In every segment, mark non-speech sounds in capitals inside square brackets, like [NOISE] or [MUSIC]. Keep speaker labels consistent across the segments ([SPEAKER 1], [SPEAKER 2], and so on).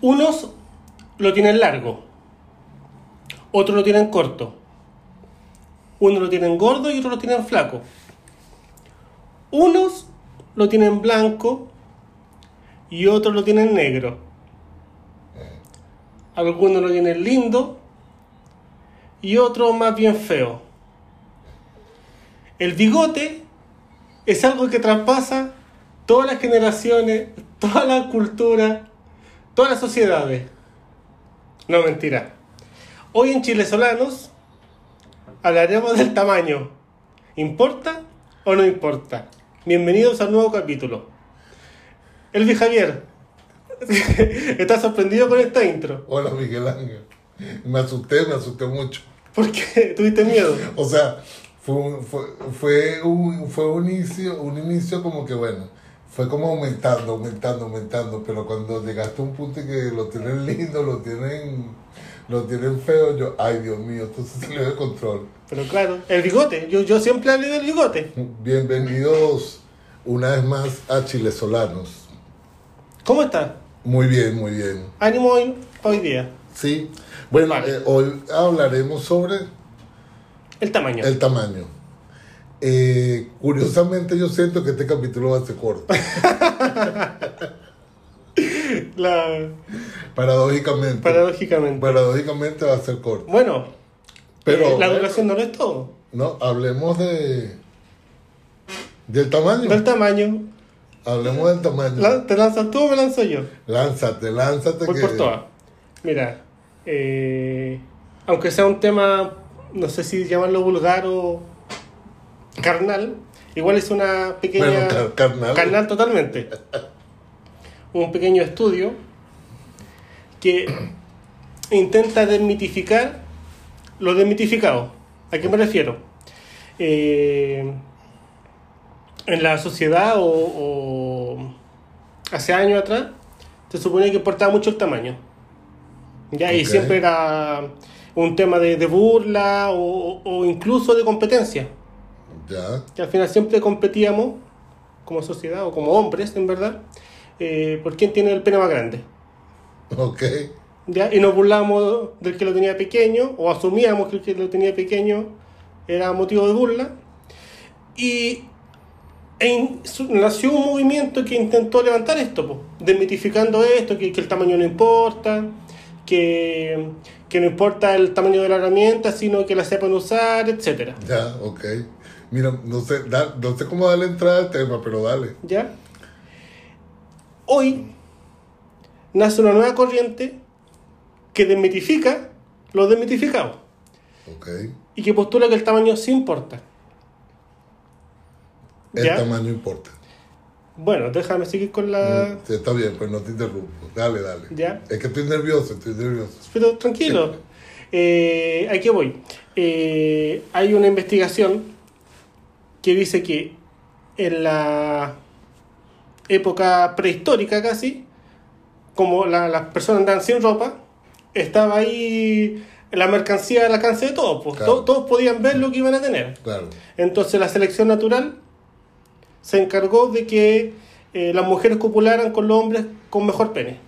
[SPEAKER 1] Unos lo tienen largo, otros lo tienen corto. Unos lo tienen gordo y otros lo tienen flaco. Unos lo tienen blanco y otros lo tienen negro. Algunos lo tienen lindo y otros más bien feo. El bigote es algo que traspasa todas las generaciones, todas las culturas, todas las sociedades. No, mentira. Hoy en Chile Solanos hablaremos del tamaño. ¿Importa o no importa? Bienvenidos al nuevo capítulo. Elvi Javier, [LAUGHS] ¿estás sorprendido con esta intro?
[SPEAKER 2] Hola Miguel Ángel. Me asusté, me asusté mucho.
[SPEAKER 1] ¿Por qué? [LAUGHS] ¿Tuviste miedo?
[SPEAKER 2] O sea, fue un, fue, fue un, fue un inicio, un inicio como que bueno, fue como aumentando, aumentando, aumentando, pero cuando llegaste a un punto en que lo tienen lindo, lo tienen, lo tienen feo, yo, ay Dios mío, esto se salió de control.
[SPEAKER 1] Pero claro, el bigote. Yo, yo siempre hablé del bigote.
[SPEAKER 2] Bienvenidos una vez más a Chile Solanos.
[SPEAKER 1] ¿Cómo estás?
[SPEAKER 2] Muy bien, muy bien.
[SPEAKER 1] Ánimo hoy, hoy día.
[SPEAKER 2] Sí. Bueno, eh, hoy hablaremos sobre
[SPEAKER 1] El tamaño.
[SPEAKER 2] el tamaño. Eh, curiosamente yo siento que este capítulo va a ser corto.
[SPEAKER 1] La-
[SPEAKER 2] Paradójicamente.
[SPEAKER 1] paradójicamente.
[SPEAKER 2] Paradójicamente va a ser corto.
[SPEAKER 1] Bueno,
[SPEAKER 2] Pero
[SPEAKER 1] eh, la
[SPEAKER 2] bueno,
[SPEAKER 1] duración no lo es todo.
[SPEAKER 2] no, hablemos de del tamaño.
[SPEAKER 1] Del tamaño.
[SPEAKER 2] Hablemos del tamaño.
[SPEAKER 1] La- ¿Te lanzas tú o me lanzo yo?
[SPEAKER 2] lánzate, lánzate
[SPEAKER 1] Voy
[SPEAKER 2] que
[SPEAKER 1] por todas. Mira, eh, aunque sea un tema, no sé si llamarlo vulgar o carnal, igual es una pequeña...
[SPEAKER 2] Bueno, car- carnal.
[SPEAKER 1] Carnal totalmente. Un pequeño estudio que intenta desmitificar lo desmitificado. ¿A qué me refiero? Eh, en la sociedad o, o hace años atrás se suponía que importaba mucho el tamaño. ¿ya? Y
[SPEAKER 2] Ok.
[SPEAKER 1] siempre era un tema de, de burla o- o incluso de competencia
[SPEAKER 2] Ya.
[SPEAKER 1] que al final siempre competíamos como sociedad o como hombres, en verdad, eh, por quién tiene el pene más grande.
[SPEAKER 2] Ok.
[SPEAKER 1] ¿ya? Y nos burlábamos del que lo tenía pequeño, o asumíamos que el que lo tenía pequeño era motivo de burla. Y e in- su- nació un movimiento que intentó levantar esto, po, desmitificando esto, que, que el tamaño no importa, que, que no importa el tamaño de la herramienta, sino que la sepan usar, etcétera.
[SPEAKER 2] Ya, ok. Mira, no sé, da- no sé cómo darle entrada al tema, pero dale.
[SPEAKER 1] ¿Ya? Hoy nace una nueva corriente que desmitifica lo desmitificado
[SPEAKER 2] Ok.
[SPEAKER 1] y que postula que el tamaño sí importa.
[SPEAKER 2] El
[SPEAKER 1] ¿Ya?
[SPEAKER 2] tamaño importa.
[SPEAKER 1] Bueno, déjame seguir con la...
[SPEAKER 2] Sí, está bien, pues no te interrumpo. Dale, dale.
[SPEAKER 1] Ya.
[SPEAKER 2] Es que estoy nervioso, estoy nervioso.
[SPEAKER 1] Pero tranquilo, eh, aquí voy. Eh, hay una investigación que dice que en la época prehistórica casi, como la- las personas andaban sin ropa, estaba ahí la mercancía al alcance de todos, pues,
[SPEAKER 2] Claro.
[SPEAKER 1] to- todos podían ver lo que iban a tener.
[SPEAKER 2] Claro.
[SPEAKER 1] Entonces la selección natural se encargó de que eh, las mujeres copularan con los hombres con mejor pene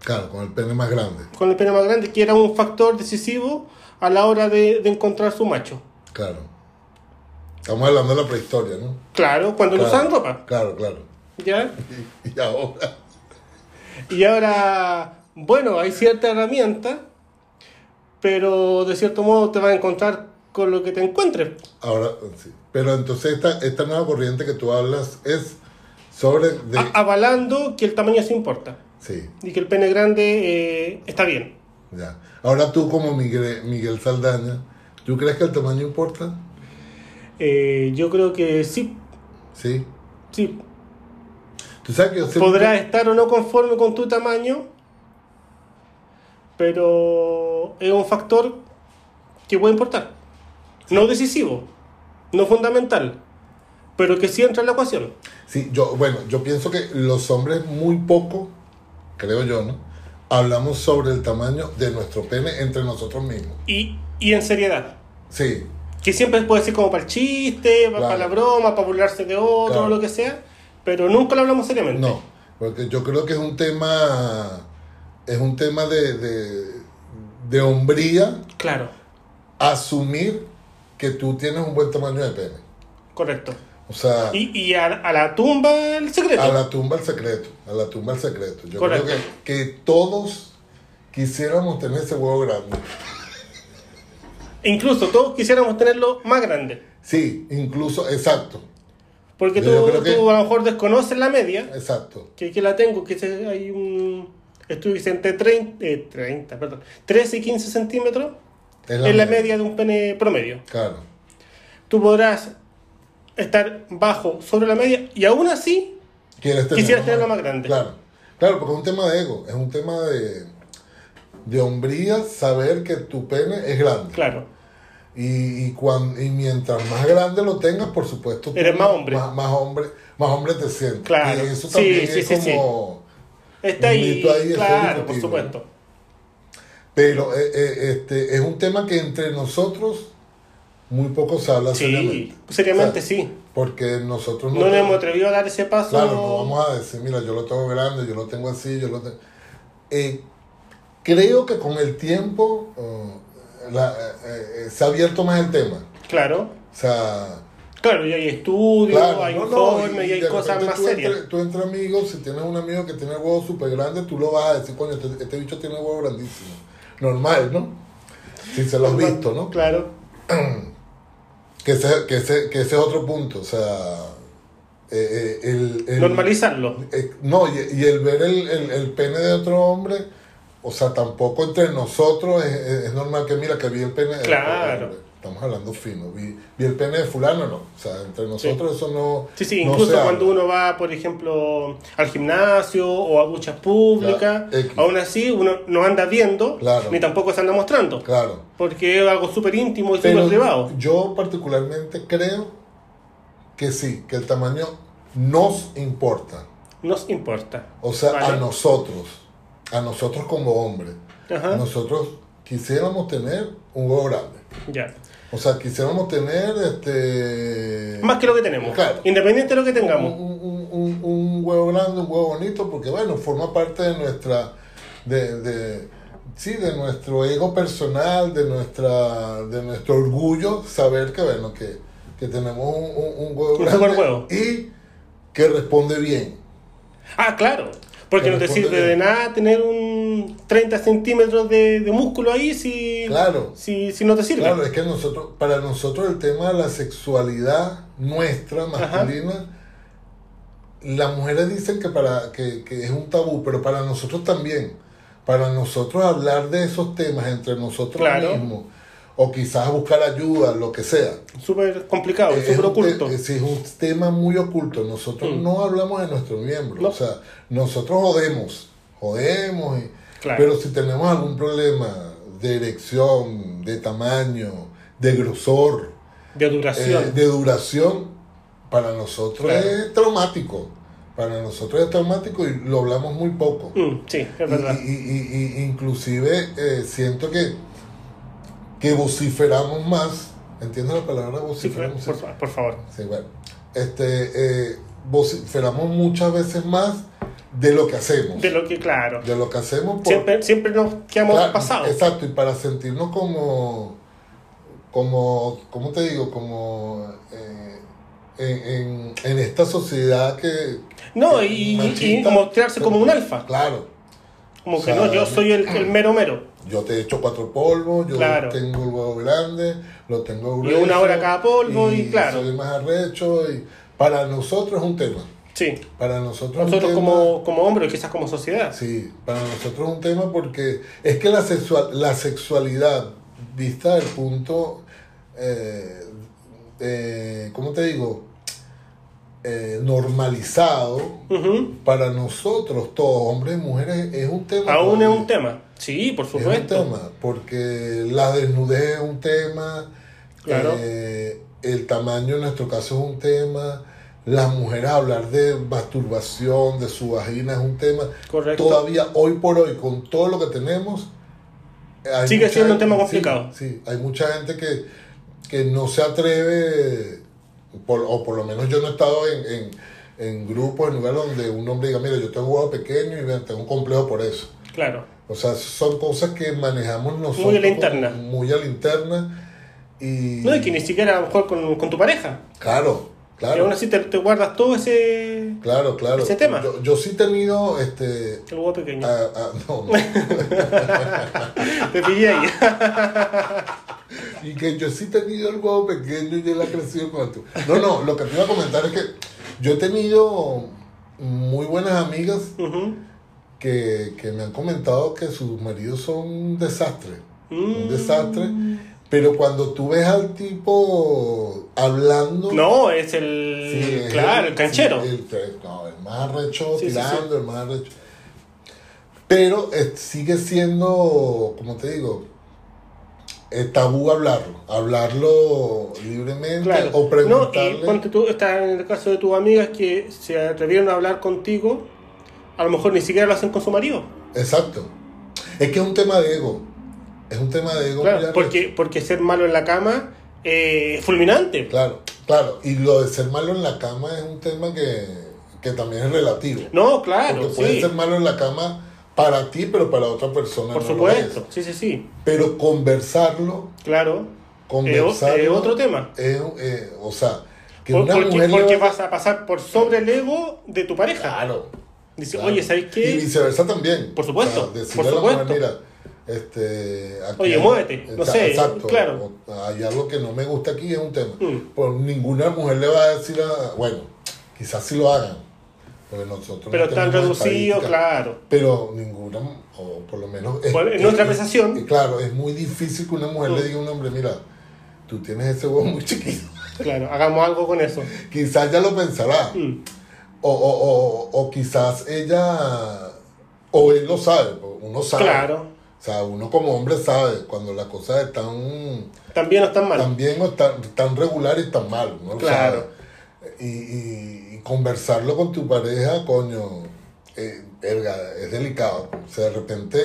[SPEAKER 2] Claro, con el pene más grande.
[SPEAKER 1] con el pene más grande, que era un factor decisivo a la hora de, de encontrar su macho.
[SPEAKER 2] Claro. Estamos hablando de la prehistoria, ¿no?
[SPEAKER 1] Claro, cuando no
[SPEAKER 2] Claro,
[SPEAKER 1] usaban ropa.
[SPEAKER 2] Claro, claro.
[SPEAKER 1] ¿ya?
[SPEAKER 2] [LAUGHS] Y, y ahora.
[SPEAKER 1] Y ahora, bueno, hay cierta herramienta, pero de cierto modo te vas a encontrar con lo que te encuentres.
[SPEAKER 2] Ahora sí. Pero entonces esta, esta nueva corriente que tú hablas es sobre. De,
[SPEAKER 1] a- avalando que el tamaño se importa
[SPEAKER 2] Sí,
[SPEAKER 1] y que el pene grande eh, está bien.
[SPEAKER 2] ya. Ahora tú, como Miguel, Miguel Saldaña, ¿tú crees que el tamaño importa?
[SPEAKER 1] Eh, yo creo que sí,
[SPEAKER 2] Sí.
[SPEAKER 1] sí,
[SPEAKER 2] Tú sabes que yo siempre-
[SPEAKER 1] podrás estar o no conforme con tu tamaño, pero es un factor que puede importar. No decisivo, no fundamental, pero que sí entra en la ecuación.
[SPEAKER 2] Sí, yo, bueno, yo pienso que los hombres muy poco, creo yo, ¿no? Hablamos sobre el tamaño de nuestro pene entre nosotros mismos.
[SPEAKER 1] Y, y en seriedad.
[SPEAKER 2] Sí,
[SPEAKER 1] Que siempre puede ser como para el chiste, pa-
[SPEAKER 2] Claro.
[SPEAKER 1] para la broma, para burlarse de otro,
[SPEAKER 2] Claro.
[SPEAKER 1] o lo que sea, pero nunca lo hablamos seriamente.
[SPEAKER 2] No, porque yo creo que es un tema es un tema de, de, de hombría
[SPEAKER 1] Claro,
[SPEAKER 2] asumir que tú tienes un buen tamaño de pene.
[SPEAKER 1] correcto.
[SPEAKER 2] O sea,
[SPEAKER 1] Y, y a, a la tumba el secreto.
[SPEAKER 2] a la tumba el secreto, a la tumba el secreto. Yo
[SPEAKER 1] Correcto.
[SPEAKER 2] creo que, que todos quisiéramos tener ese huevo grande.
[SPEAKER 1] E Incluso todos quisiéramos tenerlo más grande.
[SPEAKER 2] Sí, incluso, exacto,
[SPEAKER 1] Porque tú,
[SPEAKER 2] Yo creo que-
[SPEAKER 1] tú a lo mejor desconoces la media,
[SPEAKER 2] exacto.
[SPEAKER 1] que aquí la tengo, que se- hay un estudio que dice entre 30, eh, 30, perdón, 13 y 15 centímetros
[SPEAKER 2] Es
[SPEAKER 1] es la media de un pene promedio.
[SPEAKER 2] Claro,
[SPEAKER 1] Tú podrás estar bajo sobre la media y aún así,
[SPEAKER 2] quieres tenerlo
[SPEAKER 1] Quisieras tenerlo más grande.
[SPEAKER 2] Claro, claro, porque es un tema de ego, es un tema de, de hombría saber que tu pene es grande.
[SPEAKER 1] claro,
[SPEAKER 2] Y, y, cuan- y mientras más grande lo tengas, por supuesto, tú
[SPEAKER 1] Eres más hombre.
[SPEAKER 2] Más, más hombre, más hombre te sientes.
[SPEAKER 1] Claro.
[SPEAKER 2] Y eso
[SPEAKER 1] Sí,
[SPEAKER 2] también
[SPEAKER 1] sí,
[SPEAKER 2] es
[SPEAKER 1] sí, sí.
[SPEAKER 2] como...
[SPEAKER 1] está
[SPEAKER 2] Un
[SPEAKER 1] ahí,
[SPEAKER 2] mito ahí está
[SPEAKER 1] claro, por
[SPEAKER 2] discutido.
[SPEAKER 1] supuesto.
[SPEAKER 2] Pero eh, eh, este, es un tema que entre nosotros muy poco se habla
[SPEAKER 1] Sí,
[SPEAKER 2] seriamente.
[SPEAKER 1] seriamente
[SPEAKER 2] O sea,
[SPEAKER 1] sí.
[SPEAKER 2] Porque nosotros
[SPEAKER 1] No nos hemos atrevido a dar ese paso.
[SPEAKER 2] Claro, no vamos a decir, mira, yo lo tengo grande, yo lo tengo así, yo lo tengo... Eh, creo que con el tiempo eh, la- eh, eh, se ha abierto más el tema.
[SPEAKER 1] Claro,
[SPEAKER 2] O sea,
[SPEAKER 1] claro, y hay estudios,
[SPEAKER 2] claro,
[SPEAKER 1] hay
[SPEAKER 2] no, no,
[SPEAKER 1] informes y, hay
[SPEAKER 2] de
[SPEAKER 1] cosas
[SPEAKER 2] repente
[SPEAKER 1] más
[SPEAKER 2] tú
[SPEAKER 1] serias.
[SPEAKER 2] entre- tú entre amigos, si tienes un amigo que tiene el huevo súper grande, tú lo vas a decir, coño, este, este bicho tiene huevo grandísimo. Normal, ¿no? Si se lo has visto, ¿no?
[SPEAKER 1] Claro,
[SPEAKER 2] Que ese, que ese, que ese es otro punto, o sea, eh, eh, el, el-
[SPEAKER 1] normalizarlo.
[SPEAKER 2] eh, no, y, y el ver el, el- el pene de otro hombre, o sea, tampoco entre nosotros es, es- es normal que mira que vi el pene de
[SPEAKER 1] Claro.
[SPEAKER 2] hombre. Estamos hablando fino, vi, vi el pene de fulano, no. O sea, entre nosotros eso no.
[SPEAKER 1] Sí, sí,
[SPEAKER 2] no
[SPEAKER 1] incluso
[SPEAKER 2] se habla.
[SPEAKER 1] cuando uno va, por ejemplo, al gimnasio o a duchas públicas,
[SPEAKER 2] Claro, X.
[SPEAKER 1] aún así uno no anda viendo,
[SPEAKER 2] Claro.
[SPEAKER 1] ni tampoco se anda mostrando,
[SPEAKER 2] Claro.
[SPEAKER 1] porque es algo súper íntimo y súper
[SPEAKER 2] Pero
[SPEAKER 1] privado.
[SPEAKER 2] yo particularmente creo que sí, que el tamaño nos importa.
[SPEAKER 1] Nos importa.
[SPEAKER 2] O sea,
[SPEAKER 1] Vale.
[SPEAKER 2] a nosotros, a nosotros como hombres,
[SPEAKER 1] Ajá,
[SPEAKER 2] nosotros quisiéramos tener un huevo grande.
[SPEAKER 1] ya.
[SPEAKER 2] O sea, quisiéramos tener este...
[SPEAKER 1] Más que lo que tenemos,
[SPEAKER 2] Claro.
[SPEAKER 1] independiente de lo que
[SPEAKER 2] un,
[SPEAKER 1] tengamos.
[SPEAKER 2] un- un- un huevo grande, un huevo bonito, porque bueno, forma parte de nuestra... De, de- sí, de nuestro ego personal, de, nuestra, de nuestro orgullo, saber que bueno, que, que tenemos un, un- un huevo
[SPEAKER 1] Un
[SPEAKER 2] grande
[SPEAKER 1] superhuevo.
[SPEAKER 2] y que responde bien.
[SPEAKER 1] Ah, claro, porque
[SPEAKER 2] Pero
[SPEAKER 1] no te
[SPEAKER 2] responde
[SPEAKER 1] sirve de
[SPEAKER 2] bien.
[SPEAKER 1] nada tener un 30 centímetros de, de músculo ahí si,
[SPEAKER 2] Claro.
[SPEAKER 1] si, si no te sirve.
[SPEAKER 2] Claro, es que nosotros, para nosotros el tema de la sexualidad nuestra, masculina, las mujeres dicen que, para, que, que es un tabú, pero para nosotros también. Para nosotros hablar de esos temas entre nosotros
[SPEAKER 1] Claro.
[SPEAKER 2] mismos, o quizás buscar ayuda, lo que sea.
[SPEAKER 1] Súper [LAUGHS] complicado,
[SPEAKER 2] es
[SPEAKER 1] súper
[SPEAKER 2] un te-
[SPEAKER 1] oculto.
[SPEAKER 2] sí, es un tema muy oculto. Nosotros
[SPEAKER 1] Mm.
[SPEAKER 2] no hablamos de nuestros miembros.
[SPEAKER 1] No.
[SPEAKER 2] O sea, nosotros jodemos, jodemos. y-
[SPEAKER 1] Claro.
[SPEAKER 2] Pero si tenemos algún problema de erección, de tamaño, de grosor,
[SPEAKER 1] De
[SPEAKER 2] eh,
[SPEAKER 1] duración.
[SPEAKER 2] de duración, para nosotros
[SPEAKER 1] Claro.
[SPEAKER 2] es traumático. Para nosotros es traumático y lo hablamos muy poco.
[SPEAKER 1] Mm, sí, es verdad.
[SPEAKER 2] Y, y- y- y- inclusive eh, siento que, que vociferamos más. ¿Entiendes la palabra
[SPEAKER 1] Sí, por,
[SPEAKER 2] vociferamos?
[SPEAKER 1] por fa- por favor.
[SPEAKER 2] Sí, bueno. Este, eh, vociferamos muchas veces más de lo que hacemos.
[SPEAKER 1] De lo que, claro.
[SPEAKER 2] De lo que hacemos por-
[SPEAKER 1] Siempre, siempre nos quedamos
[SPEAKER 2] Claro,
[SPEAKER 1] pasados.
[SPEAKER 2] Exacto, y para sentirnos como, como, ¿cómo te digo? Como eh, en, en- en esta sociedad que...
[SPEAKER 1] No,
[SPEAKER 2] que
[SPEAKER 1] y, y- y
[SPEAKER 2] machista,
[SPEAKER 1] mostrarse como un alfa.
[SPEAKER 2] Claro,
[SPEAKER 1] Como que
[SPEAKER 2] o sea,
[SPEAKER 1] no, yo soy el, el mero mero.
[SPEAKER 2] yo te echo cuatro polvos, yo
[SPEAKER 1] Claro.
[SPEAKER 2] tengo el huevo grande, lo tengo
[SPEAKER 1] Y una hora cada polvo, y claro.
[SPEAKER 2] Soy más arrecho, y para nosotros es un tema.
[SPEAKER 1] Sí.
[SPEAKER 2] Para nosotros, es un
[SPEAKER 1] Nosotros
[SPEAKER 2] tema-
[SPEAKER 1] como, como hombres, quizás como sociedad.
[SPEAKER 2] Sí, para nosotros es un tema porque es que la, sexual, la sexualidad, vista del punto, eh, eh, ¿cómo te digo? Eh, normalizado,
[SPEAKER 1] Ujú.
[SPEAKER 2] para nosotros todos, hombres y mujeres, es un tema.
[SPEAKER 1] Aún es
[SPEAKER 2] todavía.
[SPEAKER 1] un tema. Sí, por
[SPEAKER 2] Es un
[SPEAKER 1] supuesto.
[SPEAKER 2] tema, porque la desnudez es un tema,
[SPEAKER 1] Claro.
[SPEAKER 2] eh, el tamaño en nuestro caso es un tema, las mujeres hablar de masturbación, de su vagina es un tema.
[SPEAKER 1] Correcto.
[SPEAKER 2] Todavía hoy por hoy, con todo lo que tenemos, hay
[SPEAKER 1] Sigue
[SPEAKER 2] mucha
[SPEAKER 1] siendo un tema
[SPEAKER 2] sí,
[SPEAKER 1] complicado.
[SPEAKER 2] Sí, hay mucha gente que, que no se atreve, por- o por lo menos yo no he estado en, en- en grupos, en lugares donde un hombre diga, mira, yo tengo un huevo pequeño y mira, tengo un complejo por eso.
[SPEAKER 1] Claro.
[SPEAKER 2] O sea, son cosas que manejamos nosotros.
[SPEAKER 1] Muy a la interna.
[SPEAKER 2] Muy a la interna. Y,
[SPEAKER 1] No, y que ni siquiera a lo mejor con, con tu pareja.
[SPEAKER 2] Claro,
[SPEAKER 1] Que aún
[SPEAKER 2] claro.
[SPEAKER 1] así te, te guardas todo ese.
[SPEAKER 2] Claro, claro.
[SPEAKER 1] ese tema.
[SPEAKER 2] Yo, yo sí he tenido este.
[SPEAKER 1] El huevo pequeño.
[SPEAKER 2] ah, ah, no, no.
[SPEAKER 1] [LAUGHS] Te pillé
[SPEAKER 2] [LAUGHS]
[SPEAKER 1] ahí.
[SPEAKER 2] y que yo sí he tenido el huevo pequeño y él ha crecido con tú. No, no, lo que te iba a comentar es que yo he tenido muy buenas amigas
[SPEAKER 1] Ujú.
[SPEAKER 2] que, que me han comentado que sus maridos son un desastre. Un
[SPEAKER 1] Mm.
[SPEAKER 2] desastre. Pero cuando tú ves al tipo hablando.
[SPEAKER 1] No, es el.
[SPEAKER 2] Sí, es
[SPEAKER 1] claro, el, canchero.
[SPEAKER 2] sí, el- el- no, el más arrecho
[SPEAKER 1] Sí, sí,
[SPEAKER 2] tirando, el más arrecho. Pero eh, sigue siendo, como te digo, eh, tabú hablarlo. Hablarlo libremente
[SPEAKER 1] Claro.
[SPEAKER 2] o
[SPEAKER 1] No,
[SPEAKER 2] preguntarle.
[SPEAKER 1] y ponte tú, está en el caso de tus amigas que se atrevieron a hablar contigo, a lo mejor ni siquiera lo hacen con su marido.
[SPEAKER 2] Exacto. Es que es un tema de ego. Es un tema de ego. muy
[SPEAKER 1] Claro,
[SPEAKER 2] arrecho.
[SPEAKER 1] porque, porque ser malo en la cama eh, es fulminante.
[SPEAKER 2] Claro, claro. Y lo de ser malo en la cama es un tema que, que también es relativo.
[SPEAKER 1] No, claro,
[SPEAKER 2] porque puede
[SPEAKER 1] sí.
[SPEAKER 2] ser malo en la cama para ti, pero para otra persona
[SPEAKER 1] Por
[SPEAKER 2] no lo es.
[SPEAKER 1] supuesto, sí, sí, sí.
[SPEAKER 2] Pero conversarlo,
[SPEAKER 1] Claro. Es o-
[SPEAKER 2] conversarlo.
[SPEAKER 1] es otro tema.
[SPEAKER 2] es, eh, o sea, que
[SPEAKER 1] Por-
[SPEAKER 2] una
[SPEAKER 1] porque
[SPEAKER 2] mujer. le
[SPEAKER 1] porque
[SPEAKER 2] va-
[SPEAKER 1] vas a pasar por sobre el ego de tu pareja.
[SPEAKER 2] Claro.
[SPEAKER 1] Dice,
[SPEAKER 2] claro.
[SPEAKER 1] oye, ¿sabéis qué?
[SPEAKER 2] Y viceversa también.
[SPEAKER 1] Por supuesto,
[SPEAKER 2] O sea, decirle
[SPEAKER 1] por
[SPEAKER 2] a la mujer,
[SPEAKER 1] supuesto.
[SPEAKER 2] mira, este. aquí
[SPEAKER 1] Oye,
[SPEAKER 2] hay-
[SPEAKER 1] muévete, no
[SPEAKER 2] Exa-
[SPEAKER 1] sé,
[SPEAKER 2] Exacto.
[SPEAKER 1] claro.
[SPEAKER 2] o- hay algo que no me gusta aquí, es un tema.
[SPEAKER 1] Mm.
[SPEAKER 2] Por ninguna mujer le va a decir a. Bueno, quizás sí lo hagan. Porque nosotros.
[SPEAKER 1] Pero
[SPEAKER 2] no
[SPEAKER 1] están
[SPEAKER 2] tenemos
[SPEAKER 1] reducidos,
[SPEAKER 2] estadísticas.
[SPEAKER 1] claro.
[SPEAKER 2] Pero ninguna, o por lo menos. es-
[SPEAKER 1] Bueno, en
[SPEAKER 2] es-
[SPEAKER 1] nuestra
[SPEAKER 2] es-
[SPEAKER 1] apreciación.
[SPEAKER 2] eh, Claro, es muy difícil que una mujer
[SPEAKER 1] Mm.
[SPEAKER 2] le diga a un hombre, mira, tú tienes ese huevo muy chiquito. [LAUGHS]
[SPEAKER 1] Claro, hagamos algo con eso.
[SPEAKER 2] quizás ya lo pensará.
[SPEAKER 1] Mm.
[SPEAKER 2] O, o- o- o quizás ella, o él lo sabe, uno sabe.
[SPEAKER 1] Claro.
[SPEAKER 2] O sea, uno como hombre sabe cuando las cosas están
[SPEAKER 1] También no están mal.
[SPEAKER 2] tan bien o tan, tan regular y tan mal. ¿no?
[SPEAKER 1] Claro.
[SPEAKER 2] y, y- y conversarlo con tu pareja, coño, eh, verga, es delicado. O sea, de repente,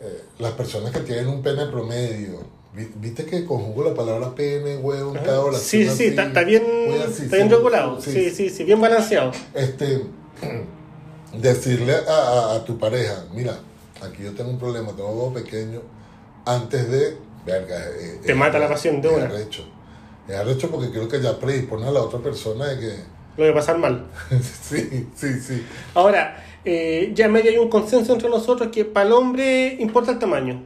[SPEAKER 2] eh, las personas que tienen un pene promedio, vi- viste que conjugo la palabra pene, huevo, en cada oración
[SPEAKER 1] Ah, Sí, sí,
[SPEAKER 2] así,
[SPEAKER 1] sí, está, está bien,
[SPEAKER 2] muy así,
[SPEAKER 1] está bien
[SPEAKER 2] sí,
[SPEAKER 1] regulado. Sí sí, sí, bien balanceado.
[SPEAKER 2] este, [CLEARS THROAT] decirle a, a- a tu pareja, mira, aquí yo tengo un problema, tengo dos pequeños, antes de, verga, eh,
[SPEAKER 1] Te
[SPEAKER 2] eh,
[SPEAKER 1] mata la pasión de
[SPEAKER 2] es
[SPEAKER 1] una.
[SPEAKER 2] arrecho. Es arrecho porque creo que ya predispone a la otra persona de que, [LAUGHS]
[SPEAKER 1] Lo voy a pasar mal.
[SPEAKER 2] sí, sí, sí,
[SPEAKER 1] Ahora, eh, ya medio hay un consenso entre nosotros que para el hombre importa el tamaño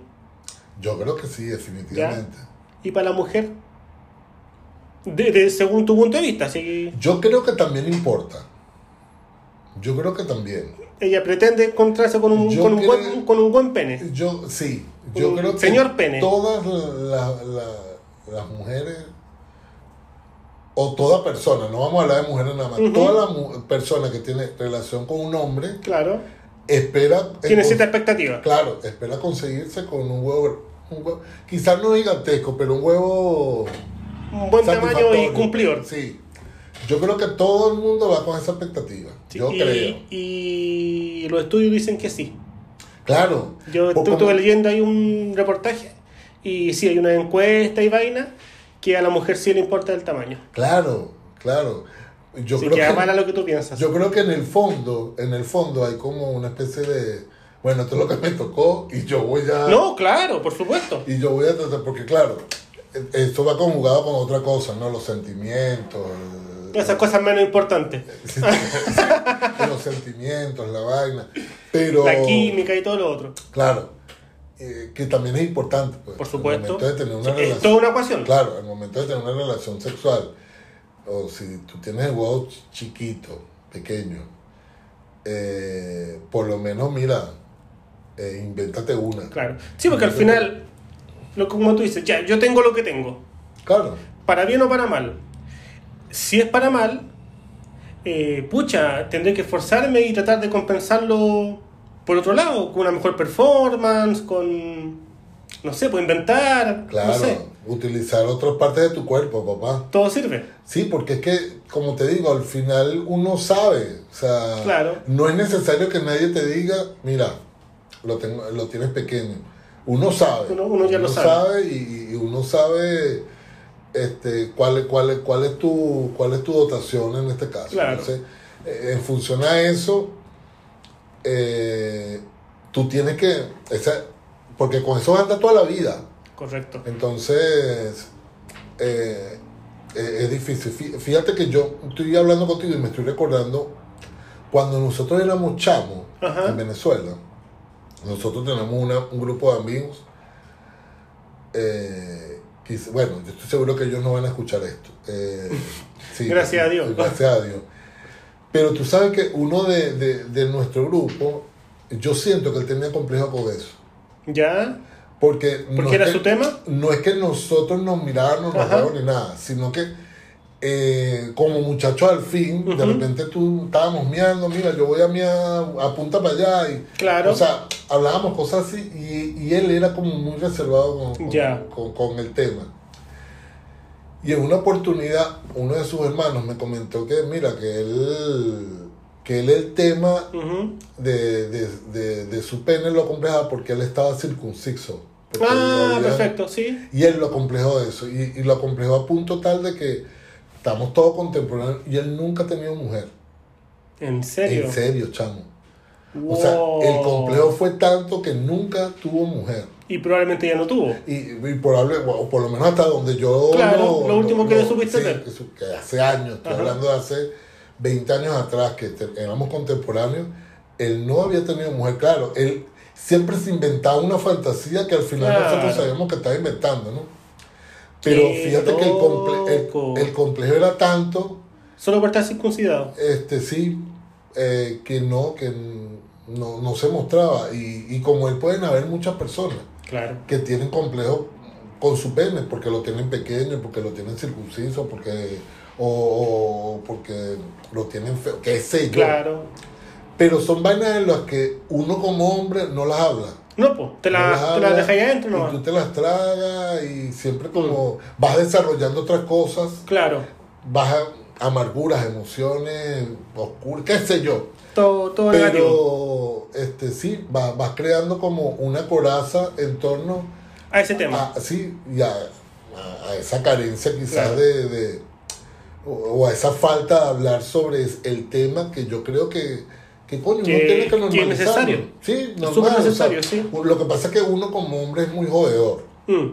[SPEAKER 2] yo creo que sí, definitivamente.
[SPEAKER 1] y para la mujer, de, de- según tu punto de vista, si
[SPEAKER 2] Yo creo que también importa. Yo creo que también.
[SPEAKER 1] ella pretende encontrarse con un,
[SPEAKER 2] Yo
[SPEAKER 1] con un,
[SPEAKER 2] creo-
[SPEAKER 1] buen, con un buen pene.
[SPEAKER 2] Yo, sí, yo
[SPEAKER 1] Un
[SPEAKER 2] creo que
[SPEAKER 1] señor pene.
[SPEAKER 2] todas la- la- las mujeres, o toda persona, no vamos a hablar de mujeres nada más,
[SPEAKER 1] Ujú.
[SPEAKER 2] toda la mu- persona que tiene relación con un hombre
[SPEAKER 1] Claro,
[SPEAKER 2] espera...
[SPEAKER 1] tiene
[SPEAKER 2] encon-
[SPEAKER 1] cierta expectativa.
[SPEAKER 2] Claro, espera conseguirse con un huevo, un huevo- quizás no gigantesco, pero un huevo...
[SPEAKER 1] Un buen tamaño y
[SPEAKER 2] satisfactorio.
[SPEAKER 1] cumplidor.
[SPEAKER 2] Sí, yo creo que todo el mundo va con esa expectativa,
[SPEAKER 1] Sí,
[SPEAKER 2] yo
[SPEAKER 1] y,
[SPEAKER 2] creo.
[SPEAKER 1] y los estudios dicen que sí.
[SPEAKER 2] Claro.
[SPEAKER 1] Yo
[SPEAKER 2] Por-
[SPEAKER 1] estu-
[SPEAKER 2] como-
[SPEAKER 1] estuve leyendo ahí un reportaje y sí, hay una encuesta y vaina que a la mujer sí le importa el tamaño.
[SPEAKER 2] Claro, claro. Yo
[SPEAKER 1] Así
[SPEAKER 2] creo
[SPEAKER 1] que
[SPEAKER 2] que...
[SPEAKER 1] avala lo que tú piensas.
[SPEAKER 2] Yo creo que en el fondo, en el fondo hay como una especie de, bueno, esto es lo que me tocó y yo voy a
[SPEAKER 1] No, claro, por supuesto.
[SPEAKER 2] y yo voy a tratar porque claro, esto va conjugado con otra cosa, ¿no?
[SPEAKER 1] [LAUGHS]
[SPEAKER 2] Los sentimientos, el-
[SPEAKER 1] Esas cosas menos importantes.
[SPEAKER 2] los sentimientos, la vaina, pero
[SPEAKER 1] La química y todo lo otro.
[SPEAKER 2] claro, eh, que también es importante, pues,
[SPEAKER 1] Por supuesto.
[SPEAKER 2] al momento de tener una
[SPEAKER 1] Sí, eh, es
[SPEAKER 2] relación,
[SPEAKER 1] toda una ecuación.
[SPEAKER 2] claro, al momento de tener una relación sexual o si tú tienes el huevo ch- chiquito, pequeño, eh, por lo menos mira, eh, invéntate una.
[SPEAKER 1] Claro. Sí, porque al final, lo, como tú dices, ya, yo tengo lo que tengo.
[SPEAKER 2] Claro,
[SPEAKER 1] Para bien o para mal. Si es para mal, eh, pucha, tendré que esforzarme y tratar de compensarlo por otro lado, con una mejor performance, con. No sé, puedo inventar.
[SPEAKER 2] claro.
[SPEAKER 1] No sé.
[SPEAKER 2] Utilizar otras partes de tu cuerpo, papá.
[SPEAKER 1] Todo sirve.
[SPEAKER 2] Sí, porque es que, como te digo, al final uno sabe. O sea,
[SPEAKER 1] Claro.
[SPEAKER 2] no es necesario que nadie te diga, mira, lo, tengo, lo tienes pequeño. Uno sabe.
[SPEAKER 1] Uno- uno ya lo sabe.
[SPEAKER 2] y, y uno sabe este, cuál, es- cuál, es- cuál, es tu, cuál es tu dotación en este caso.
[SPEAKER 1] Claro.
[SPEAKER 2] Entonces, eh, en función a eso, eh, tú tienes que, esa- porque con eso anda toda la vida.
[SPEAKER 1] Correcto.
[SPEAKER 2] Entonces, eh, eh, es difícil. Fí- Fíjate que yo estoy hablando contigo y me estoy recordando cuando nosotros éramos chamos
[SPEAKER 1] Ajá.
[SPEAKER 2] en Venezuela. Nosotros tenemos una- un grupo de amigos. eh, que dice- bueno, yo estoy seguro que ellos no van a escuchar esto.
[SPEAKER 1] [LAUGHS]
[SPEAKER 2] eh, sí,
[SPEAKER 1] Gracias a Dios.
[SPEAKER 2] Gracias a Dios. Pero tú sabes que uno de, de- de nuestro grupo, yo siento que él tenía complejo con eso.
[SPEAKER 1] ¿Ya?
[SPEAKER 2] Porque, no
[SPEAKER 1] ¿Porque
[SPEAKER 2] es
[SPEAKER 1] era
[SPEAKER 2] que-
[SPEAKER 1] su tema?
[SPEAKER 2] no es que nosotros nos miráramos, nos
[SPEAKER 1] Ajá.
[SPEAKER 2] vemos ni nada, sino que eh, como muchachos al fin, de
[SPEAKER 1] Ujú.
[SPEAKER 2] repente tú estábamos miando, mira, yo voy a miar, apunta para allá. Y,
[SPEAKER 1] Claro.
[SPEAKER 2] O sea, hablábamos cosas así y, y él era como muy reservado con, con-
[SPEAKER 1] Ya.
[SPEAKER 2] con- con el tema. Y en una oportunidad, uno de sus hermanos me comentó que, mira, que él, que él el tema
[SPEAKER 1] Ujú.
[SPEAKER 2] de, de, de- de su pene lo complejaba porque él estaba circunciso. Porque no
[SPEAKER 1] Ah,
[SPEAKER 2] había-
[SPEAKER 1] perfecto, sí.
[SPEAKER 2] y él lo complejó de eso. Y, y lo complejó a punto tal de que estamos todos contemporáneos. Y él nunca ha tenido mujer.
[SPEAKER 1] ¿En serio?
[SPEAKER 2] En serio, chamo.
[SPEAKER 1] Wow.
[SPEAKER 2] O sea, el complejo fue tanto que nunca tuvo mujer.
[SPEAKER 1] Y probablemente ya no tuvo.
[SPEAKER 2] Y, y probable, o por lo menos hasta donde yo.
[SPEAKER 1] Claro, lo último que supiste
[SPEAKER 2] sí,
[SPEAKER 1] ver.
[SPEAKER 2] que su- que hace años, estoy
[SPEAKER 1] Ajá.
[SPEAKER 2] hablando de hace 20 años atrás, que te- éramos contemporáneos. Él no había tenido mujer, claro. Él siempre se inventaba una fantasía que al final
[SPEAKER 1] Claro.
[SPEAKER 2] nosotros sabíamos que estaba inventando, ¿no? Pero
[SPEAKER 1] Qué
[SPEAKER 2] fíjate que el, comple- el-
[SPEAKER 1] loco.
[SPEAKER 2] el complejo era tanto,
[SPEAKER 1] Solo por estar circuncidado.
[SPEAKER 2] este sí, eh, que no, que no, no se mostraba. Y, y como él pueden haber muchas personas
[SPEAKER 1] Claro.
[SPEAKER 2] que tienen complejo con su pene, porque lo tienen pequeño, porque lo tienen circunciso, porque o, o porque lo tienen feo, qué sé yo.
[SPEAKER 1] Claro.
[SPEAKER 2] Pero son vainas en las que uno como hombre no las habla.
[SPEAKER 1] No, pues, te
[SPEAKER 2] No
[SPEAKER 1] la,
[SPEAKER 2] las
[SPEAKER 1] te la
[SPEAKER 2] habla,
[SPEAKER 1] dejáis adentro Mm.
[SPEAKER 2] Y tú
[SPEAKER 1] nomás.
[SPEAKER 2] te las tragas y siempre como vas desarrollando otras cosas,
[SPEAKER 1] Claro.
[SPEAKER 2] vas a- amarguras, emociones oscuras, qué sé yo.
[SPEAKER 1] Todo, todo negativo.
[SPEAKER 2] Pero este sí, va- vas creando como una coraza en torno
[SPEAKER 1] A ese tema.
[SPEAKER 2] Ah, sí, y a, a- a esa carencia quizás
[SPEAKER 1] Claro.
[SPEAKER 2] de, de- o, o a esa falta de hablar sobre es- el tema que yo creo que, que coño,
[SPEAKER 1] Que-
[SPEAKER 2] uno tiene
[SPEAKER 1] que
[SPEAKER 2] que
[SPEAKER 1] es
[SPEAKER 2] normalizarlo.
[SPEAKER 1] necesario.
[SPEAKER 2] Sí,
[SPEAKER 1] súper
[SPEAKER 2] normal, o sea,
[SPEAKER 1] necesario, sí.
[SPEAKER 2] Lo que pasa es que uno como hombre es muy jodedor.
[SPEAKER 1] Mm.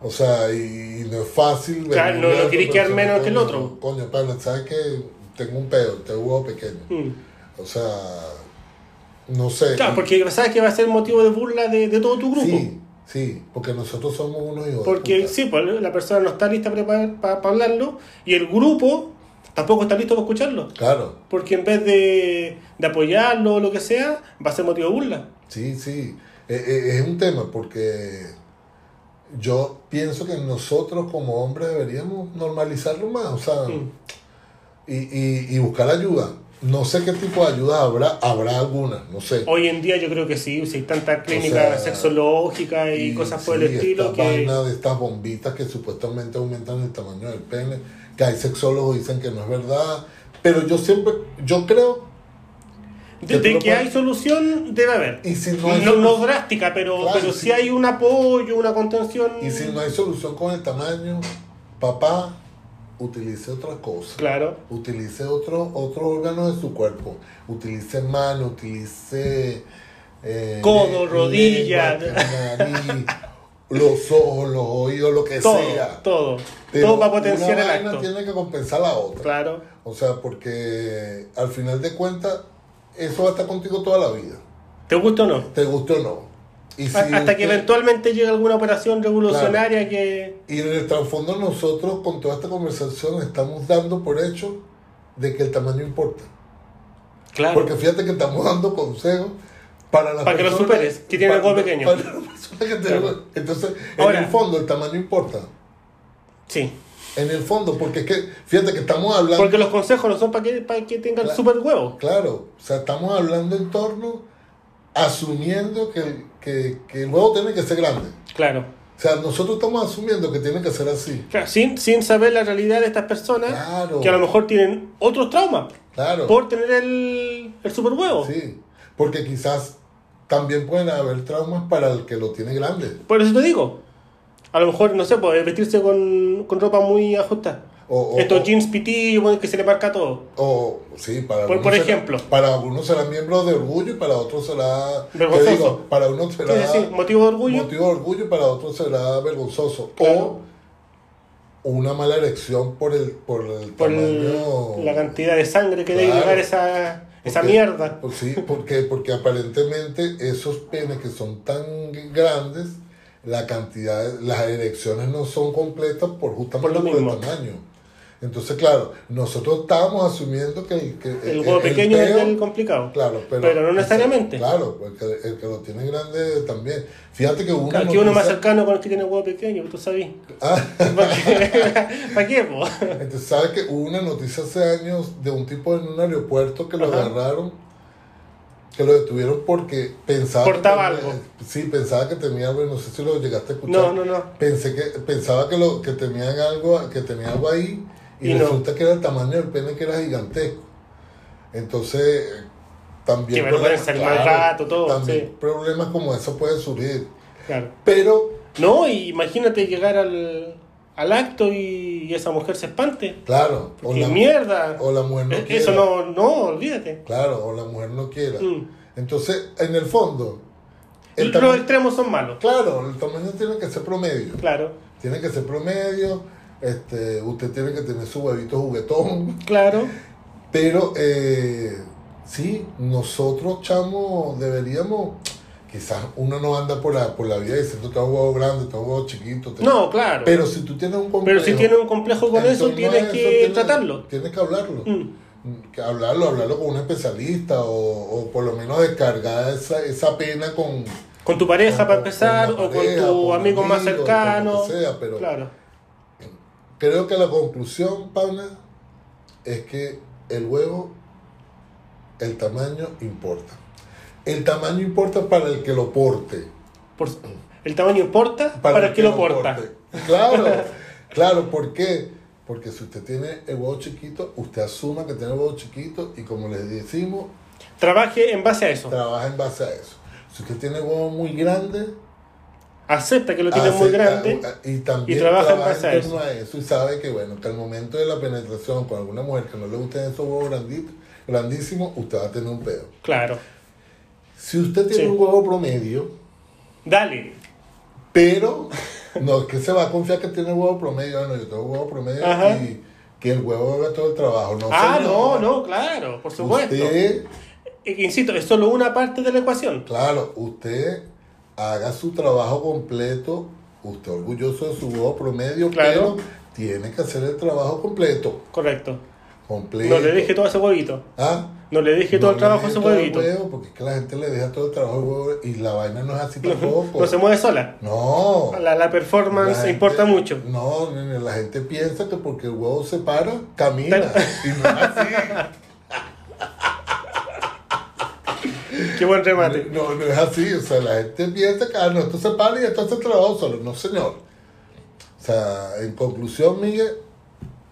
[SPEAKER 2] O sea, y, y no es fácil.
[SPEAKER 1] Claro,
[SPEAKER 2] venir
[SPEAKER 1] no-
[SPEAKER 2] a
[SPEAKER 1] no
[SPEAKER 2] otra
[SPEAKER 1] quieres quedar
[SPEAKER 2] persona,
[SPEAKER 1] menos que el
[SPEAKER 2] coño,
[SPEAKER 1] otro.
[SPEAKER 2] Coño, pana, sabes que tengo un pedo, tengo un huevo pequeño.
[SPEAKER 1] Mm.
[SPEAKER 2] O sea, no sé.
[SPEAKER 1] Claro, porque sabes que va a ser motivo de burla de, de todo tu grupo.
[SPEAKER 2] Sí, sí, porque nosotros somos unos hijos. de
[SPEAKER 1] Porque
[SPEAKER 2] puta.
[SPEAKER 1] sí, pues, la persona no está lista para, para, para hablarlo y el grupo tampoco está listo para escucharlo.
[SPEAKER 2] Claro.
[SPEAKER 1] Porque en vez de, de apoyarlo o lo que sea, va a ser motivo de burla.
[SPEAKER 2] Sí, sí. E- e- es un tema porque yo pienso que nosotros como hombres deberíamos normalizarlo más, o sea,
[SPEAKER 1] Mm.
[SPEAKER 2] y, y- y buscar ayuda. No sé qué tipo de ayuda habrá, habrá alguna, no sé.
[SPEAKER 1] Hoy en día yo creo que sí, si hay tanta clínica
[SPEAKER 2] sea,
[SPEAKER 1] sexológica y, cosas por el
[SPEAKER 2] sí,
[SPEAKER 1] estilo
[SPEAKER 2] esta
[SPEAKER 1] que...
[SPEAKER 2] vaina de estas bombitas que supuestamente aumentan el tamaño del pene, que hay sexólogos dicen que no es verdad, pero yo siempre, yo creo,
[SPEAKER 1] De,
[SPEAKER 2] que tú
[SPEAKER 1] de
[SPEAKER 2] lo
[SPEAKER 1] que
[SPEAKER 2] puedes-
[SPEAKER 1] hay solución, debe haber.
[SPEAKER 2] y si no
[SPEAKER 1] No,
[SPEAKER 2] hay
[SPEAKER 1] no,
[SPEAKER 2] solu-
[SPEAKER 1] drástica, pero,
[SPEAKER 2] Claro,
[SPEAKER 1] pero si
[SPEAKER 2] sí.
[SPEAKER 1] hay un apoyo, una contención...
[SPEAKER 2] y si no hay solución con el tamaño, papá, utilice otra cosa.
[SPEAKER 1] Claro,
[SPEAKER 2] utilice otro, otro órgano de su cuerpo, utilice mano, utilice eh,
[SPEAKER 1] Codo, rodilla.
[SPEAKER 2] lengua, [LAUGHS] nariz, los ojos, los oídos, lo que
[SPEAKER 1] todo,
[SPEAKER 2] sea.
[SPEAKER 1] todo.
[SPEAKER 2] Pero
[SPEAKER 1] todo para potenciar
[SPEAKER 2] una
[SPEAKER 1] el
[SPEAKER 2] vaina
[SPEAKER 1] acto.
[SPEAKER 2] tiene que compensar la otra.
[SPEAKER 1] Claro,
[SPEAKER 2] O sea, porque al final de cuentas, eso va a estar contigo toda la vida.
[SPEAKER 1] ¿te gusta o no?
[SPEAKER 2] Te guste o no. Y si
[SPEAKER 1] A- Hasta que
[SPEAKER 2] usted-
[SPEAKER 1] eventualmente llegue alguna operación revolucionaria que...
[SPEAKER 2] Y en el trasfondo nosotros con toda esta conversación estamos dando por hecho de que el tamaño importa.
[SPEAKER 1] Claro.
[SPEAKER 2] Porque fíjate que estamos dando consejos para las
[SPEAKER 1] Para que lo
[SPEAKER 2] personas-
[SPEAKER 1] superes, que tienen
[SPEAKER 2] para-
[SPEAKER 1] algo pequeño.
[SPEAKER 2] para las personas que tienen-
[SPEAKER 1] Claro.
[SPEAKER 2] Entonces,
[SPEAKER 1] Ahora-
[SPEAKER 2] en el fondo el tamaño importa.
[SPEAKER 1] Sí.
[SPEAKER 2] En el fondo, porque es que, fíjate que estamos hablando,
[SPEAKER 1] Porque los consejos no son para que, para que tengan
[SPEAKER 2] Claro.
[SPEAKER 1] super huevo.
[SPEAKER 2] claro, o sea, estamos hablando en torno, asumiendo que, el- que, que el huevo tiene que ser grande.
[SPEAKER 1] Claro.
[SPEAKER 2] O sea, nosotros estamos asumiendo que tiene que ser así.
[SPEAKER 1] Claro, sin, sin saber la realidad de estas personas
[SPEAKER 2] Claro.
[SPEAKER 1] que a lo mejor tienen otros traumas
[SPEAKER 2] Claro.
[SPEAKER 1] por tener el, el super huevo.
[SPEAKER 2] Sí. Porque quizás también pueden haber traumas para el que lo tiene grande.
[SPEAKER 1] Por eso te digo. A lo mejor, no sé, pues, vestirse con, con ropa muy ajustada.
[SPEAKER 2] O, o-
[SPEAKER 1] Estos
[SPEAKER 2] o-
[SPEAKER 1] jeans pitillo, bueno, que se le marca todo.
[SPEAKER 2] O, sí, para
[SPEAKER 1] Por-
[SPEAKER 2] algunos
[SPEAKER 1] por
[SPEAKER 2] será-
[SPEAKER 1] ejemplo.
[SPEAKER 2] para algunos será miembro de orgullo y para otros será. te
[SPEAKER 1] Vergonzoso.
[SPEAKER 2] digo, para unos será
[SPEAKER 1] Entonces, sí, motivo de orgullo.
[SPEAKER 2] motivo de orgullo y para otros será vergonzoso.
[SPEAKER 1] Claro.
[SPEAKER 2] O una mala elección por el, por el
[SPEAKER 1] por
[SPEAKER 2] tamaño.
[SPEAKER 1] la cantidad de sangre que debe
[SPEAKER 2] Claro.
[SPEAKER 1] llevar esa, esa
[SPEAKER 2] Porque-
[SPEAKER 1] mierda.
[SPEAKER 2] pues sí, porque, porque aparentemente esos penes que son tan grandes, la cantidad, las erecciones no son completas por
[SPEAKER 1] Por
[SPEAKER 2] justamente
[SPEAKER 1] lo
[SPEAKER 2] por, el
[SPEAKER 1] mismo.
[SPEAKER 2] tamaño. Entonces, claro, nosotros estábamos asumiendo que el, que
[SPEAKER 1] El huevo pequeño es
[SPEAKER 2] peo-
[SPEAKER 1] el complicado.
[SPEAKER 2] Claro, pero,
[SPEAKER 1] Pero no necesariamente.
[SPEAKER 2] Claro, porque el que lo tiene grande también. Fíjate que uno.
[SPEAKER 1] Aquí
[SPEAKER 2] no
[SPEAKER 1] uno más
[SPEAKER 2] piensa-
[SPEAKER 1] cercano con el que tiene huevo pequeño, pues, tú sabes.
[SPEAKER 2] Ah,
[SPEAKER 1] [LAUGHS] ¿Para qué? [LAUGHS] ¿Para qué, po?
[SPEAKER 2] entonces, ¿sabes que hubo una noticia hace años de un tipo en un aeropuerto que lo
[SPEAKER 1] Ajá.
[SPEAKER 2] agarraron? Que lo detuvieron porque pensaba. que
[SPEAKER 1] Portaba
[SPEAKER 2] tenía-
[SPEAKER 1] algo.
[SPEAKER 2] Sí, pensaba que tenía algo y no sé si lo llegaste a escuchar.
[SPEAKER 1] No, no, no.
[SPEAKER 2] Pensé que, pensaba que, lo, que tenían algo, que tenía algo ahí y,
[SPEAKER 1] Y no.
[SPEAKER 2] resulta que era el tamaño del pene que era gigantesco. Entonces, también.
[SPEAKER 1] Qué vergüenza, el mal rato, todo,
[SPEAKER 2] También
[SPEAKER 1] sí.
[SPEAKER 2] problemas como eso pueden surgir.
[SPEAKER 1] Claro.
[SPEAKER 2] Pero,
[SPEAKER 1] No, y imagínate llegar al, al acto y, y esa mujer se espante.
[SPEAKER 2] claro, o
[SPEAKER 1] ¡Qué
[SPEAKER 2] la,
[SPEAKER 1] mierda!
[SPEAKER 2] o la mujer no
[SPEAKER 1] Eh,
[SPEAKER 2] quiere.
[SPEAKER 1] Eso no, no, olvídate.
[SPEAKER 2] Claro, o la mujer no quiera.
[SPEAKER 1] Mm.
[SPEAKER 2] Entonces, en el fondo, el
[SPEAKER 1] Los
[SPEAKER 2] tamaño-
[SPEAKER 1] extremos son malos.
[SPEAKER 2] claro, el tamaño tiene que ser promedio.
[SPEAKER 1] Claro,
[SPEAKER 2] Tiene que ser promedio, este, usted tiene que tener su huevito juguetón.
[SPEAKER 1] claro.
[SPEAKER 2] Pero, eh, sí, nosotros, chamos, deberíamos, quizás uno no anda por la, por la vida diciendo, tengo un huevo grande, tengo un huevo chiquito. tengo-".
[SPEAKER 1] No, claro.
[SPEAKER 2] Pero si tú tienes un
[SPEAKER 1] Pero si
[SPEAKER 2] complejo
[SPEAKER 1] tienes un complejo con
[SPEAKER 2] en
[SPEAKER 1] eso,
[SPEAKER 2] torno a
[SPEAKER 1] tienes
[SPEAKER 2] eso,
[SPEAKER 1] que
[SPEAKER 2] tienes-
[SPEAKER 1] tratarlo.
[SPEAKER 2] Tienes que hablarlo.
[SPEAKER 1] Mm.
[SPEAKER 2] que hablarlo, hablarlo con un especialista o, o por lo menos descargar esa, esa pena con...
[SPEAKER 1] Con tu pareja
[SPEAKER 2] con-
[SPEAKER 1] para
[SPEAKER 2] con-
[SPEAKER 1] empezar,
[SPEAKER 2] con la
[SPEAKER 1] o con
[SPEAKER 2] pareja,
[SPEAKER 1] tu
[SPEAKER 2] con
[SPEAKER 1] amigo más
[SPEAKER 2] amigos, con lo que
[SPEAKER 1] cercano.
[SPEAKER 2] sea, pero-
[SPEAKER 1] Claro.
[SPEAKER 2] Creo que la conclusión, Paula, es que el huevo, el tamaño importa. El tamaño importa para el que lo porte.
[SPEAKER 1] Por- el tamaño importa para, el que lo porta.
[SPEAKER 2] porte. Claro, [LAUGHS] claro, ¿por qué? Porque si usted tiene el huevo chiquito, usted asuma que tiene el huevo chiquito y como les decimos,
[SPEAKER 1] Trabaje en base a eso.
[SPEAKER 2] trabaja en base a eso. Si usted tiene huevo muy grande,
[SPEAKER 1] Acepta que lo tienes muy
[SPEAKER 2] Acepta,
[SPEAKER 1] grande.
[SPEAKER 2] uh, Y también
[SPEAKER 1] y
[SPEAKER 2] trabaja,
[SPEAKER 1] trabaja en base a
[SPEAKER 2] en torno a eso. Y sabe que, bueno, que al momento de la penetración con alguna mujer que no le gusten esos huevos granditos, grandísimos, usted va a tener un pedo.
[SPEAKER 1] Claro.
[SPEAKER 2] Si usted tiene
[SPEAKER 1] Sí.
[SPEAKER 2] un huevo promedio,
[SPEAKER 1] Dale.
[SPEAKER 2] pero no es que se va a confiar que tiene huevo promedio. Bueno, yo tengo huevo promedio
[SPEAKER 1] Ajá.
[SPEAKER 2] y que el huevo haga todo el trabajo. No,
[SPEAKER 1] ah, no,
[SPEAKER 2] señor.
[SPEAKER 1] no, claro, por supuesto.
[SPEAKER 2] Usted,
[SPEAKER 1] Eh, Insisto, es solo una parte de la ecuación.
[SPEAKER 2] claro, usted haga su trabajo completo. Usted orgulloso de su huevo promedio,
[SPEAKER 1] Claro.
[SPEAKER 2] pero tiene que hacer el trabajo completo.
[SPEAKER 1] Correcto.
[SPEAKER 2] completo.
[SPEAKER 1] No le deje todo ese huevito.
[SPEAKER 2] ¿Ah?
[SPEAKER 1] No le deje todo
[SPEAKER 2] No
[SPEAKER 1] el
[SPEAKER 2] le
[SPEAKER 1] trabajo a
[SPEAKER 2] deje
[SPEAKER 1] ese
[SPEAKER 2] todo el
[SPEAKER 1] huevito.
[SPEAKER 2] huevo, porque es que la gente le deja todo el trabajo al huevo y la vaina no es así tampoco.
[SPEAKER 1] [LAUGHS] No se mueve sola.
[SPEAKER 2] No.
[SPEAKER 1] La, la
[SPEAKER 2] La
[SPEAKER 1] performance
[SPEAKER 2] gente-
[SPEAKER 1] importa mucho.
[SPEAKER 2] No, nene, la gente piensa que porque el huevo se para, camina. y no
[SPEAKER 1] [LAUGHS]
[SPEAKER 2] es así.
[SPEAKER 1] Qué buen remate.
[SPEAKER 2] No, no es así. O sea, la gente piensa que ah, no, esto se para y esto hace el trabajo solo. No, señor. O sea, en conclusión, Miguel,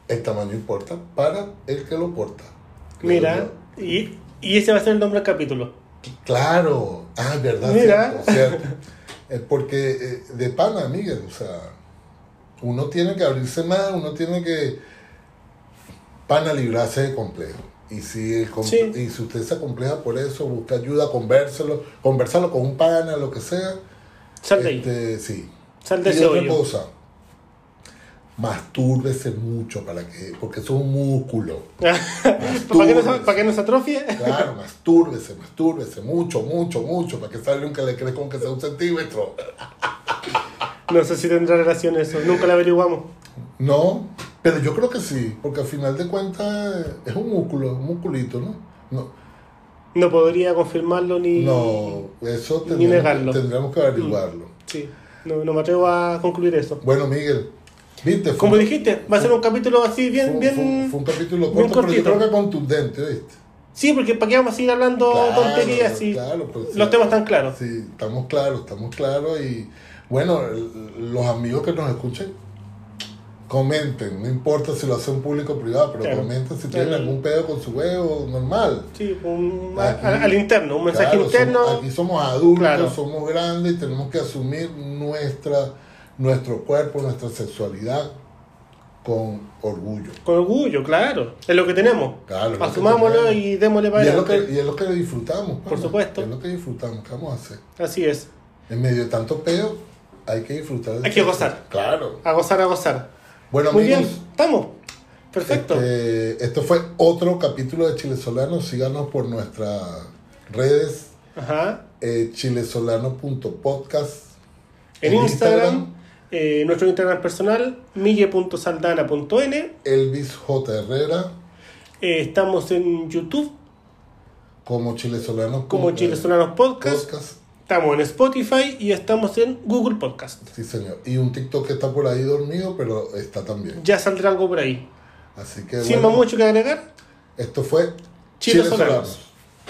[SPEAKER 2] el tamaño importa para el que lo porta. Creo
[SPEAKER 1] Mira,
[SPEAKER 2] yo.
[SPEAKER 1] y, y ese va a ser el nombre del capítulo.
[SPEAKER 2] Claro, ah, es verdad,
[SPEAKER 1] Mira.
[SPEAKER 2] cierto, cierto. Eh, porque eh, de pana, Miguel, o sea, uno tiene que abrirse más, uno tiene que pana librarse de complejo. Y si, el com-
[SPEAKER 1] Sí.
[SPEAKER 2] y si usted se acompleja por eso, busca ayuda, convérselo, conversarlo con un pana, lo que sea.
[SPEAKER 1] Sal de ahí.
[SPEAKER 2] este, sí.
[SPEAKER 1] Sal de
[SPEAKER 2] y
[SPEAKER 1] ese
[SPEAKER 2] otra
[SPEAKER 1] hoyo.
[SPEAKER 2] cosa, mastúrbese mucho para que, porque eso es
[SPEAKER 1] [LAUGHS]
[SPEAKER 2] un músculo.
[SPEAKER 1] ¿Para, que no, se- para que no se atrofie? [LAUGHS]
[SPEAKER 2] Claro, mastúrbese, mastúrbese, mucho, mucho, mucho, para que salga un que le crezca aunque sea un centímetro.
[SPEAKER 1] No sé si tendrá relación eso. Nunca lo averiguamos.
[SPEAKER 2] No, pero yo creo que sí, porque al final de cuentas es un músculo, un musculito, ¿no? No,
[SPEAKER 1] No podría confirmarlo ni.
[SPEAKER 2] no eso
[SPEAKER 1] Ni negarlo.
[SPEAKER 2] tendríamos, tendríamos que averiguarlo.
[SPEAKER 1] Sí. No, no me atrevo a concluir eso.
[SPEAKER 2] Bueno, Miguel, viste, fue,
[SPEAKER 1] Como
[SPEAKER 2] un-
[SPEAKER 1] dijiste, va a ser un capítulo así
[SPEAKER 2] fue un-
[SPEAKER 1] bien,
[SPEAKER 2] fue un-
[SPEAKER 1] bien.
[SPEAKER 2] fue un capítulo
[SPEAKER 1] bien
[SPEAKER 2] corto, pero yo
[SPEAKER 1] cortito.
[SPEAKER 2] creo que contundente, ¿viste?
[SPEAKER 1] Sí, porque para qué vamos a seguir hablando tonterías si
[SPEAKER 2] claro, pues,
[SPEAKER 1] los
[SPEAKER 2] sí.
[SPEAKER 1] temas están claros.
[SPEAKER 2] Sí, estamos claros, estamos claros y bueno, el- los amigos que nos escuchen, comenten, no importa si lo hacen público o privado, pero
[SPEAKER 1] Claro.
[SPEAKER 2] comenten si tienen
[SPEAKER 1] Claro.
[SPEAKER 2] algún pedo con su huevo, normal.
[SPEAKER 1] Sí, un-
[SPEAKER 2] Aquí-
[SPEAKER 1] a- al interno, un mensaje
[SPEAKER 2] Claro,
[SPEAKER 1] interno.
[SPEAKER 2] somos- aquí somos adultos,
[SPEAKER 1] Claro.
[SPEAKER 2] somos grandes y tenemos que asumir nuestra, nuestro cuerpo, nuestra sexualidad con orgullo.
[SPEAKER 1] Con orgullo, claro. Es lo que tenemos.
[SPEAKER 2] Claro, es lo que
[SPEAKER 1] Asumámoslo
[SPEAKER 2] tenemos.
[SPEAKER 1] y démosle para
[SPEAKER 2] Y es, lo
[SPEAKER 1] adelante.
[SPEAKER 2] que, y es lo que disfrutamos.
[SPEAKER 1] Por supuesto.
[SPEAKER 2] Es lo que disfrutamos. ¿Qué vamos a hacer?
[SPEAKER 1] Así es.
[SPEAKER 2] En medio de tanto peo, hay que disfrutar. de
[SPEAKER 1] Hay que
[SPEAKER 2] todo.
[SPEAKER 1] gozar.
[SPEAKER 2] Claro.
[SPEAKER 1] A gozar, a gozar.
[SPEAKER 2] Bueno,
[SPEAKER 1] Muy bien,
[SPEAKER 2] amigos.
[SPEAKER 1] estamos. Perfecto.
[SPEAKER 2] este, esto fue otro capítulo de Chile Solano. Síganos por nuestras redes.
[SPEAKER 1] Ajá.
[SPEAKER 2] eh, chilesolano.podcast.
[SPEAKER 1] En,
[SPEAKER 2] en
[SPEAKER 1] Instagram,
[SPEAKER 2] Instagram.
[SPEAKER 1] eh, nuestro Instagram personal, mille.saldana.n. Eh,
[SPEAKER 2] Elvis J. Herrera.
[SPEAKER 1] estamos en YouTube
[SPEAKER 2] Como Chile Solano.
[SPEAKER 1] como
[SPEAKER 2] eh,
[SPEAKER 1] Chile Solanos Podcast.
[SPEAKER 2] Podcast.
[SPEAKER 1] Estamos en Spotify y estamos en Google Podcast.
[SPEAKER 2] Sí, señor. Y un TikTok que está por ahí dormido, pero está también.
[SPEAKER 1] Ya saldrá algo por ahí.
[SPEAKER 2] Así que
[SPEAKER 1] Sin
[SPEAKER 2] bueno,
[SPEAKER 1] más mucho que agregar,
[SPEAKER 2] esto fue
[SPEAKER 1] Chile Solanos.